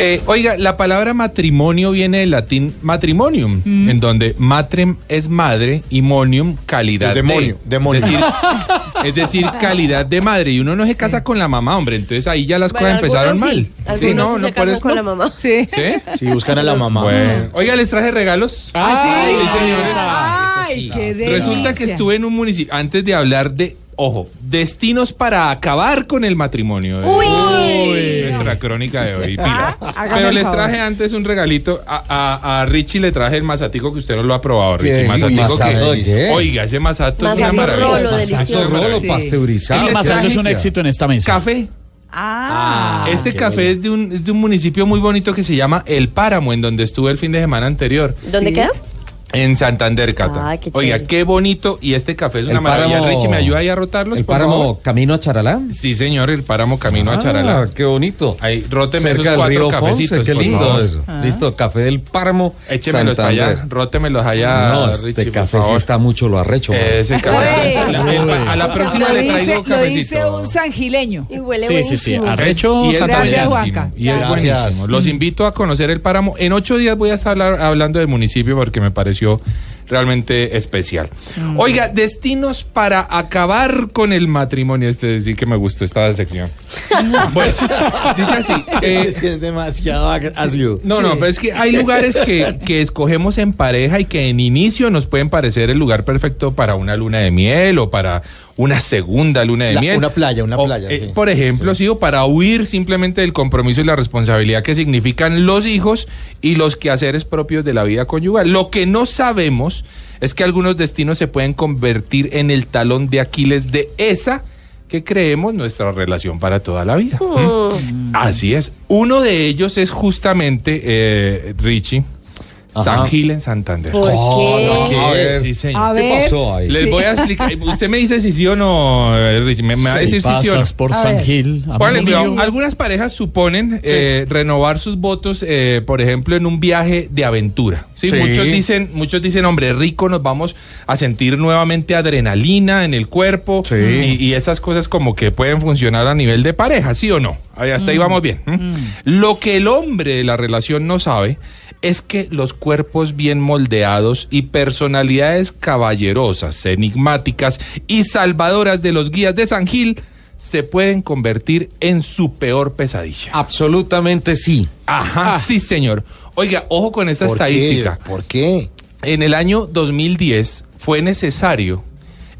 Eh, oiga, la palabra matrimonio viene del latín matrimonium, Mm. en donde matrem es madre y monium calidad De demonio, de. demonio. Es decir, es decir, calidad de madre. Y uno no se casa con la mamá, hombre. Entonces ahí ya las Bueno, cosas empezaron algunos mal. sí, algunos no, sí no, se por casan eso. con la mamá. Sí. ¿Sí? Si buscan a la mamá. Bueno. Oiga, les traje regalos. Ay, sí, señores. Ay, qué delicia. Resulta que estuve en un municipio, antes de hablar de, ojo, destinos para acabar con el matrimonio. de- Uy. Nuestra crónica de hoy, Ah, pilas. hágame Pero el les favor. traje antes un regalito. A, a- a Richie le traje el masatico que usted no lo ha probado, Richie. Qué Masatico masato, que, ¿qué? oiga, ese masato es una Masato rolo, maravilla. delicioso. rolo, Sí. pasteurizado. Ese Masato es traje- un éxito en esta mesa. Café. Ah. este café es, de un, es de un municipio muy bonito que se llama El Páramo, en donde estuve el fin de semana anterior. ¿Dónde queda? En Santander, Cata. Ay, qué Oiga, chévere. qué bonito. Y este café es una El maravilla. páramo- Richie, ¿me ayuda ahí a rotarlos? ¿El por páramo favor? Camino a Charalá? Sí, señor, el páramo Camino a Charalá. Ah, qué bonito. Ahí, róteme Cerca esos del cuatro río Fonse, cafecitos. qué por lindo favor. eso. Ah. Listo, café del páramo. Échemelos para Santander. allá, rótemelos allá, No, este Richie, por café sí favor. está mucho lo arrecho. man. Ese café. Uy. La- el- a la próxima lo, le traigo dice, lo dice cafecito. un sangileño. Y huele Sí, sí, sí. buenísimo. Arrecho, y es santandereano. Gracias, buenísimo, Juanca. Y es Gracias. buenísimo. Los invito a conocer el páramo. En ocho días voy a estar hablar- hablando del municipio porque me pareció realmente especial. Mm. Oiga, destinos para acabar con el matrimonio. Este sí que me gustó esta sección. bueno, dice así. eh, es demasiado ácido. no, no, pero es que hay lugares que, que escogemos en pareja y que en inicio nos pueden parecer el lugar perfecto para una luna de miel o para una segunda luna de La- miel. una playa, una O, playa, eh, sí. Por ejemplo, sí, o para huir simplemente del compromiso y la responsabilidad que significan los hijos y los quehaceres propios de la vida conyugal. Lo que no sabemos es que algunos destinos se pueden convertir en el talón de Aquiles de esa que creemos nuestra relación para toda la vida. Mm. Así es. Uno de ellos es justamente eh, Richie, Ajá. San Gil en Santander. ¿Por qué? no. A ver. Sí, señor. A ver. pasó ahí? Les Sí. voy a explicar. Usted me dice si sí o no, eh, Richie. Me, me va a decir si pasas sí o no. por A San ver. Gil. a Bueno, Medellín. pero algunas parejas suponen eh, renovar sus votos, eh, por ejemplo, en un viaje de aventura. ¿sí? Sí. Muchos dicen, muchos dicen, hombre, rico, nos vamos a sentir nuevamente adrenalina en el cuerpo Sí. y, y esas cosas como que pueden funcionar a nivel de pareja, ¿sí o no? Ahí hasta ahí vamos bien. ¿m? Lo que el hombre de la relación no sabe es que los cuerpos bien moldeados y personalidades caballerosas, enigmáticas y salvadoras de los guías de San Gil se pueden convertir en su peor pesadilla. Absolutamente sí. Ajá, sí señor. Oiga, ojo con esta estadística. ¿Por qué? En el año 2010 fue necesario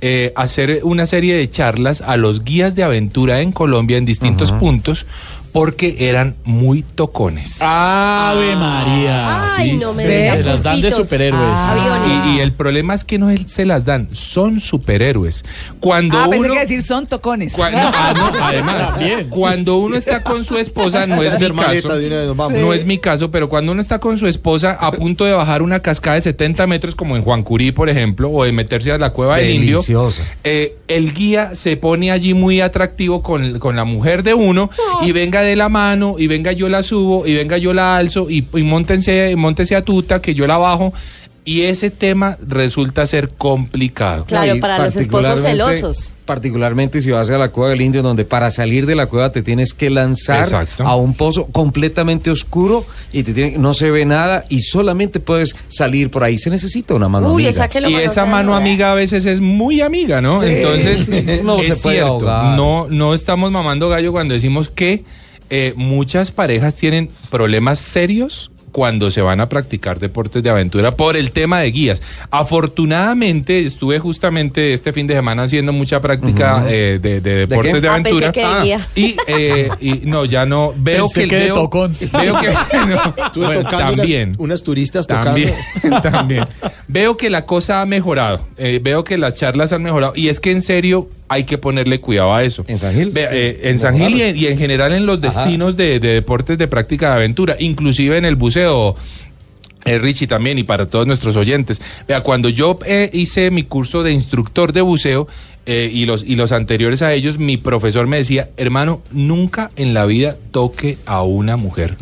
eh, hacer una serie de charlas a los guías de aventura en Colombia en distintos puntos porque eran muy tocones. Ave Ah, María. Ay, sí, no me sí, diga Se las dan de pulpitos. superhéroes. Aviones. Y, y el problema es que no es- se las dan, son superhéroes. Cuando Ah, pensé uno- que iba a decir son tocones. Cua- no, ah, no, además, También. cuando uno está con su esposa, Pues, no es mi caso. No es mi caso, pero cuando uno está con su esposa a punto de bajar una cascada de 70 metros, como en Juan Curí, por ejemplo, o de meterse a la cueva del indio, Deliciosa. eh, el guía se pone allí muy atractivo con, con la mujer de uno y venga de la mano, y venga yo la subo, y venga yo la alzo, y, y móntense, y móntese a tuta, que yo la bajo. Y ese tema resulta ser complicado. Claro, No, y para los esposos particularmente- celosos. Particularmente si vas a la cueva del indio, donde para salir de la cueva te tienes que lanzar Exacto. a un pozo completamente oscuro y te tiene- no se ve nada y solamente puedes salir por ahí. Se necesita una mano Uy, amiga. o sea que lo y manosean, esa mano ¿no? amiga a veces es muy amiga, ¿no? Sí. Entonces, Uno es se puede cierto, ahogar. no, no estamos mamando gallo cuando decimos que eh, muchas parejas tienen problemas serios cuando se van a practicar deportes de aventura por el tema de guías. Afortunadamente estuve justamente este fin de semana haciendo mucha práctica eh, de, de deportes qué? de, Ah, pensé aventura. que de guía. Y, eh, y no, ya no veo Pensé que, el que de veo, tocón. veo que no. Bueno, también turistas también, también. Veo que la cosa ha mejorado. eh, veo que las charlas han mejorado. Y es que en serio, hay que ponerle cuidado a eso. ¿En San Gil? Ve- Sí. eh, en San Gil y, en- y en general en los Ajá. destinos de, de deportes de práctica de aventura, inclusive en el buceo. eh, Richie también y para todos nuestros oyentes. Vea, cuando yo eh, hice mi curso de instructor de buceo eh, y, los, y los anteriores a ellos, mi profesor me decía, hermano, nunca en la vida toque a una mujer.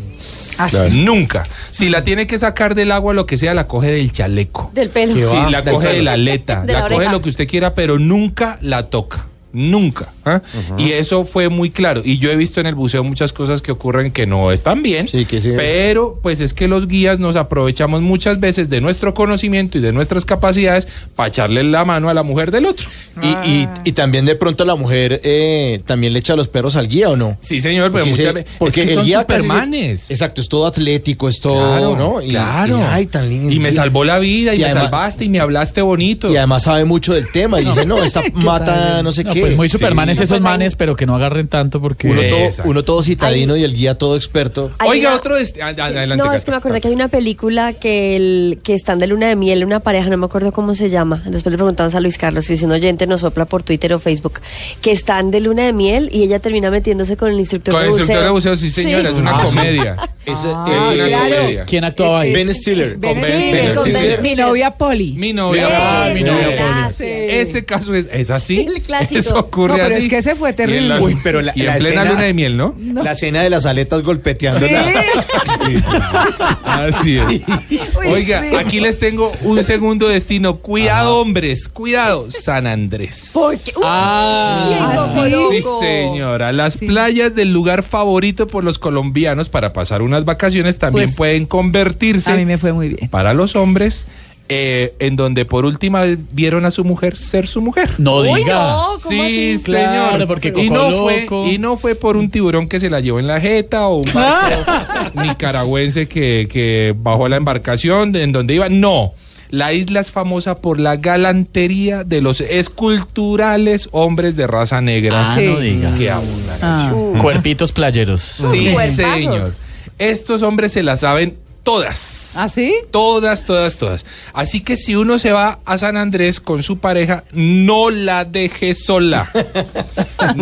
Así. Nunca. Si la tiene que sacar del agua, lo que sea, la coge del chaleco. Del pelo. Sí, la Del coge de pelo. la aleta, De la, la coge de oreja. lo que usted quiera, pero nunca la toca. Nunca. ¿ah? Y eso fue muy claro. Y yo he visto en el buceo muchas cosas que ocurren que no están bien. Sí, que sí es. pero pues es que los guías nos aprovechamos muchas veces de nuestro conocimiento y de nuestras capacidades para echarle la mano a la mujer del otro. Ah. Y, y- y también de pronto la mujer eh, también le echa los perros al guía, ¿o no? Sí, señor, pero ese- muchas veces. porque es que el son guía supermanes. casi se- exacto, es todo atlético, es todo, Claro, ¿no? Y, claro. Y, ay, tan lindo. Y me salvó la vida, y, Y me además- salvaste, y me hablaste bonito. Y además sabe mucho del tema y dice, no, esta mata no sé No, qué. pues muy Sí. supermanes No, esos pues ahí- manes, pero que no agarren tanto porque... uno, Exacto. todo, uno todo citadino y el guía todo experto. Hay Oiga, una- otro. desti- ad- ad- adelante, No, es que Cata. me acordé que hay una película que, el, que están de luna de miel, una pareja, no me acuerdo cómo se llama. Después le preguntamos a Luis Carlos si si un oyente nos sopla por Twitter o Facebook, que están de luna de miel y ella termina metiéndose con el instructor Con de el buceo. instructor de buceo, sí, señora, es una Ah, sí. comedia. Ese- es una eh, claro. comedia. ¿Quién actuaba ahí? Ben Stiller. Con Ben Sí, Stiller, con sí, Ben sí. Stiller. Mi novia Poli. Mi novia, Bien, ah, mi novia Poli. gracias. Ese caso es, es así. El clásico. Eso ocurre No, pero es así. que ese Y fue en terrible. la- Uy, pero la- y en la plena escena- luna de miel, ¿no? La escena de las aletas golpeteando. Sí. la- Así es. Uy, Oiga, sí. aquí les tengo un segundo destino. Cuidado, hombres, cuidado. San Andrés. Porque, uy, Ah, Diego Sí, Coloco. señora. Las playas del lugar favorito por los colombianos para pasar unas vacaciones también Pues, pueden convertirse A mí me fue muy bien. para los hombres eh, en donde por última vez vieron a su mujer ser su mujer. No Uy, diga. no, Ah, ¿cómo Sí, así? Claro, señor. porque y, no Coco fue, Loco. y no fue por un tiburón que se la llevó en la jeta o un barco nicaragüense que, que bajó a la embarcación de- en donde iba. No. La isla es famosa por la galantería de los esculturales hombres de raza negra. Ah, Sí. no diga. Que abundan. Ah. Cuerpitos playeros. Sí, Cuerpazos. señor. Estos hombres se la saben todas. ¿Ah, sí? Todas, todas, todas. Así que si uno se va a San Andrés con su pareja, no la deje sola.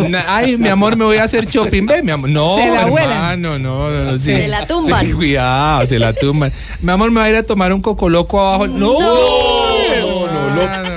Na- Ay, mi amor, me voy a hacer shopping. Ve, mi amor. No, Se la vuelan. hermano, no, no, no, sí. Se la tumban. Sí, cuidado, se la tumban. Mi amor, me va a ir a tomar un coco loco abajo. No, No. no, no, no, no.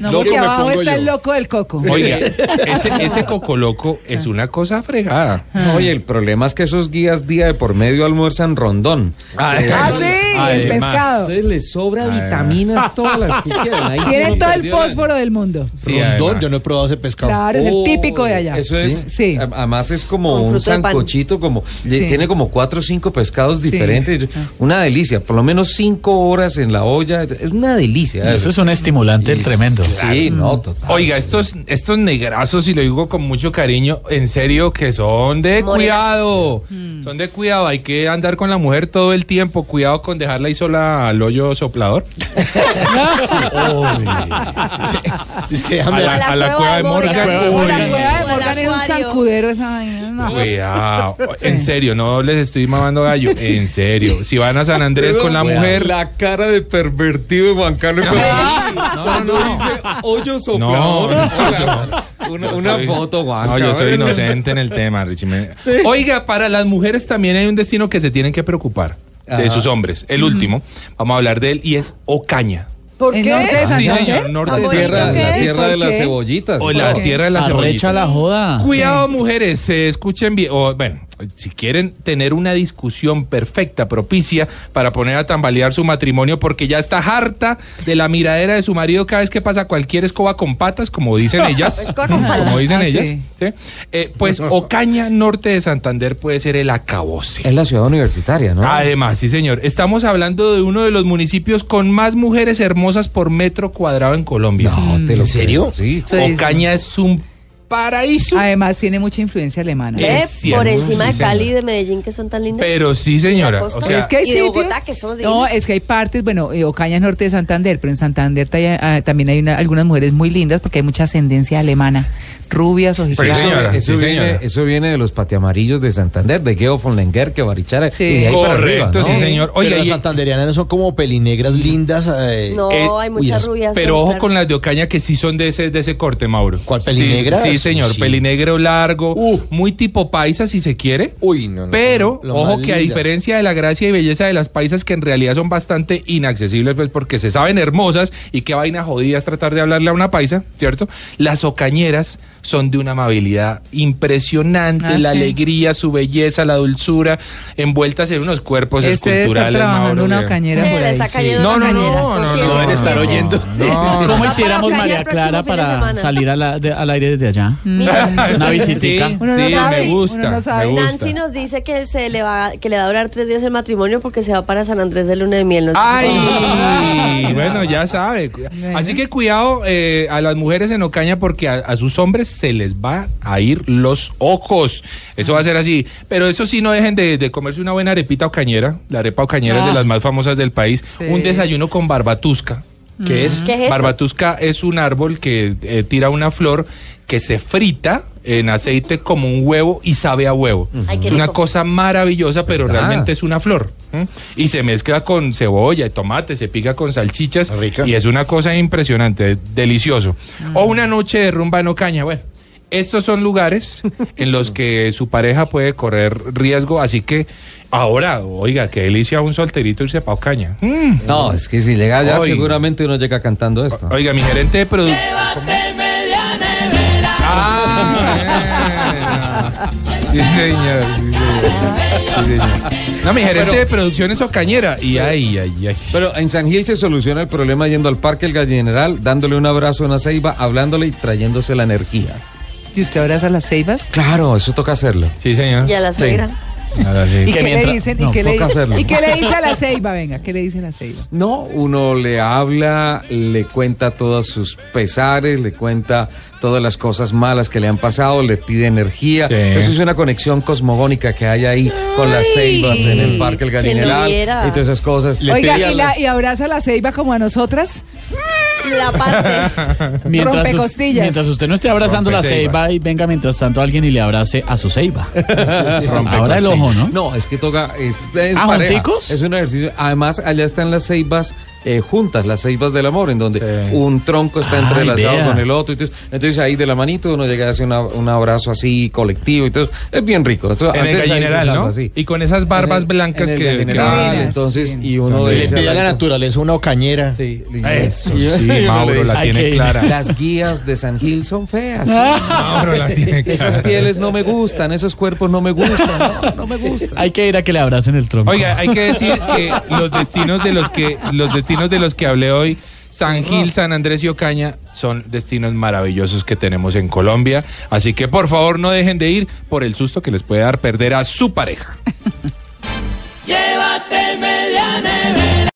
No, Loco porque me abajo pongo está el yo. loco del coco. Oiga, ese, ese coco loco es una cosa fregada. Oye, el problema es que esos guías día de por medio almuerzan rondón. Eh, Ah, sí, el Además. pescado. Entonces les sobra vitaminas todas las que quieran. Ahí sí Tienen uno todo el perdió la- fósforo del mundo. Sí, Rondón, además. yo no he probado ese pescado. Claro, es el Oh, típico de allá. Eso es. Sí. a- Además es como Con un fruto de pan. sancochito, como de- Sí. tiene como cuatro o cinco pescados Sí. diferentes. Ah. Una delicia. Por lo menos cinco horas en la olla. Es una delicia. Eso es un estimulante Y- tremendo. Sí, no, total. Oiga, estos, estos negrazos, y lo digo con mucho cariño, en serio, que son de Morenas. cuidado. Son de cuidado. Hay que andar con la mujer todo el tiempo. Cuidado con dejarla ahí sola al hoyo soplador. Es que A déjame- la, a la cueva de Morgan. Morgan. O la Uy, ah. cueva O al de Morgan es un acuario. zancudero esa vaina. no. Cuidado. En serio, no les estoy mamando gallo. En serio. Si van a San Andrés con la mujer. La cara de pervertido de Juan Carlos. Cuando dice hoyo No, soplador. no, Una, Yo una soy- foto, Juan. No, yo soy cabrón. inocente en el tema, Richie. Me- Oiga, para las mujeres también hay un destino que se tienen que preocupar de Ajá. sus hombres. El último, vamos a hablar de él, y es Ocaña. ¿Por ¿En qué? norte de San Sí, Andrés? señor, norte Tan de San La bonito tierra, Andrés. que la es. tierra de ¿Por las qué? cebollitas. O la ¿Por qué? tierra de las Arrecha cebollitas. la Ah, joda. Cuidado, mujeres, se escuchen bien. O, bueno, si quieren tener una discusión perfecta, propicia, para poner a tambalear su matrimonio, porque ya está harta de la miradera de su marido cada vez que pasa cualquier escoba con patas, como dicen ellas. Escoba con patas. Como dicen Ah, ellas. sí. ¿sí? Eh, pues Ocaña, norte de Santander, puede ser el acabose. Ah. Es la ciudad universitaria, ¿no? Además, sí, señor. Estamos hablando de uno de los municipios con más mujeres hermosas por metro cuadrado en Colombia. No, te lo ¿En serio? creo, Sí. Sí, sí. Ocaña es un paraíso. Además, tiene mucha influencia alemana. Ve, Es cierto, por encima de sí, Cali y señora. de Medellín, que son tan lindas. Pero sí, Y señora. la O costa. sea, Es que hay Y de sitios- Bogotá, que somos No, divinos. es que hay partes, bueno, eh, Ocaña es norte de Santander, pero en Santander ta- ah, también hay una- algunas mujeres muy lindas porque hay mucha ascendencia alemana, rubias, Este Sí, Pero ojitos. eso- señora, Eh, eso, Ah, sí, viene, señora. eso viene de los patiamarillos de Santander, de Geo von Lenguer, que Barichara. Sí. y de ahí para Correcto, arriba, ¿no? sí, señor. Oiga, pero las y- santandereanas son como pelinegras lindas. eh, No, Eh, hay uy, muchas es- rubias. Pero todas ojo claras. con las de Ocaña que sí son de ese, de ese corte, Mauro. ¿Cuál, Sí, pelinegras? Sí, señor, Sí. pelinegro largo, Uh. muy tipo paisa si se quiere. Uy, no, no, Pero, lo ojo más que a linda. diferencia de la gracia y belleza de las paisas que en realidad son bastante inaccesibles, pues porque se saben hermosas y qué vaina jodida es tratar de hablarle a una paisa, ¿cierto? Las ocañeras son de una amabilidad impresionante, Ah, la sí. alegría, su belleza, la dulzura, envueltas en unos cuerpos Este está esculturales. trabajando Mauro, una que- ocañera Sí, por le ahí. está cayendo No, la no, cañera. no, no, Confíese, no, deben estar confíese. oyendo. No, no, ¿Cómo para hiciéramos Ocaña el María próximo Clara fin de para semana. salir a la- de- al aire desde allá? Mira. Una Sí, visitica. sí, Uno no sabe, me uno gusta. no me sabe. gusta. Nancy nos dice que se le va que le va a durar tres días el matrimonio porque se va para San Andrés de Luna de Miel. ¿no? ¡Ay! bueno, ya sabe. Cu- Bueno. Así que cuidado eh, a las mujeres en Ocaña porque a, a sus hombres se les va a ir los ojos. Eso va a ser así. Pero eso sí, no dejen de, de comerse una buena arepita ocañera. La arepa ocañera es de Ah. las más famosas del país. Sí. Mm. Un desayuno con barbatusca. ¿Qué es? ¿Qué es eso? Barbatusca es un árbol que eh, tira una flor que se frita en aceite como un huevo y sabe a huevo. Ay, qué es una rico. cosa maravillosa, pero ¿Verdad? realmente es una flor. ¿m? Y se mezcla con cebolla y tomate, se pica con salchichas. Rica. Y es una cosa impresionante, delicioso. O una noche de rumba en Ocaña. Bueno, estos son lugares en los que su pareja puede correr riesgo. Así que ahora, oiga, qué delicia un solterito irse para Ocaña. Mm. No, es que si llega allá, Oiga. seguramente uno llega cantando esto. Oiga, mi gerente de producción. Ah, bueno. sí, señor, sí, señor. Sí, señor. No, mi gerente de producción es Ocañera. Y ay, ay, ay. Pero en San Gil se soluciona el problema yendo al Parque El Gallineral, dándole un abrazo a una ceiba, hablándole y trayéndose la energía. ¿Y usted abraza las ceibas? Claro, eso toca hacerlo. Sí, señor. Y a la Sí. suegra. Ahora sí. ¿Y que qué le mientras- dicen? no, ¿Y qué le toca hacerlo. dicen? ¿Y qué le dice a la ceiba? Venga, ¿qué le dice a la ceiba? No, uno le habla, le cuenta todos sus pesares, le cuenta todas las cosas malas que le han pasado, le pide energía. Sí. Eso es una conexión cosmogónica que hay ahí con las ceibas en el Parque El Quien Gallineral lo y viera. todas esas cosas. Le Oiga, pedía ¿y, la- y abraza a la ceiba como a nosotras? La parte. Rompe us- costillas. mientras usted no esté abrazando Rompe la ceiba ceibas. y venga mientras tanto alguien y le abrace a su ceiba. Ahora el costillas. ojo, ¿no? No, es que toca. Es, es ¿Ah, pareja. junticos? Es un ejercicio. Además, allá están las ceibas eh, juntas, las ceibas del amor, en donde Sí. Ah, un tronco está Ay, entrelazado vea. con el otro. Entonces, entonces ahí de la manito uno llega a hacer una- un abrazo así colectivo. Entonces, es bien rico. Entonces, En el antes ahí se gallineral, usaba ¿no? Y con esas barbas En el- blancas en el que- gallineral, que- entonces, Sí. y uno Son de Le pedía a la naturaleza una ocañera. Sí, y- Eso y- sí, y uno le Mauro dice, la Ay, tiene qué- clara. Las guías de San Gil son feas. Mauro la tiene clara. Esas pieles no me gustan, esos cuerpos no me gustan, no, no me gustan. Hay que ir a que le abracen el tronco. Oiga, hay que decir que los destinos de los que los destinos de los que hablé hoy, San Gil, San Andrés y Ocaña son destinos maravillosos que tenemos en Colombia, así que por favor no dejen de ir por el susto que les puede dar perder a su pareja. Llévateme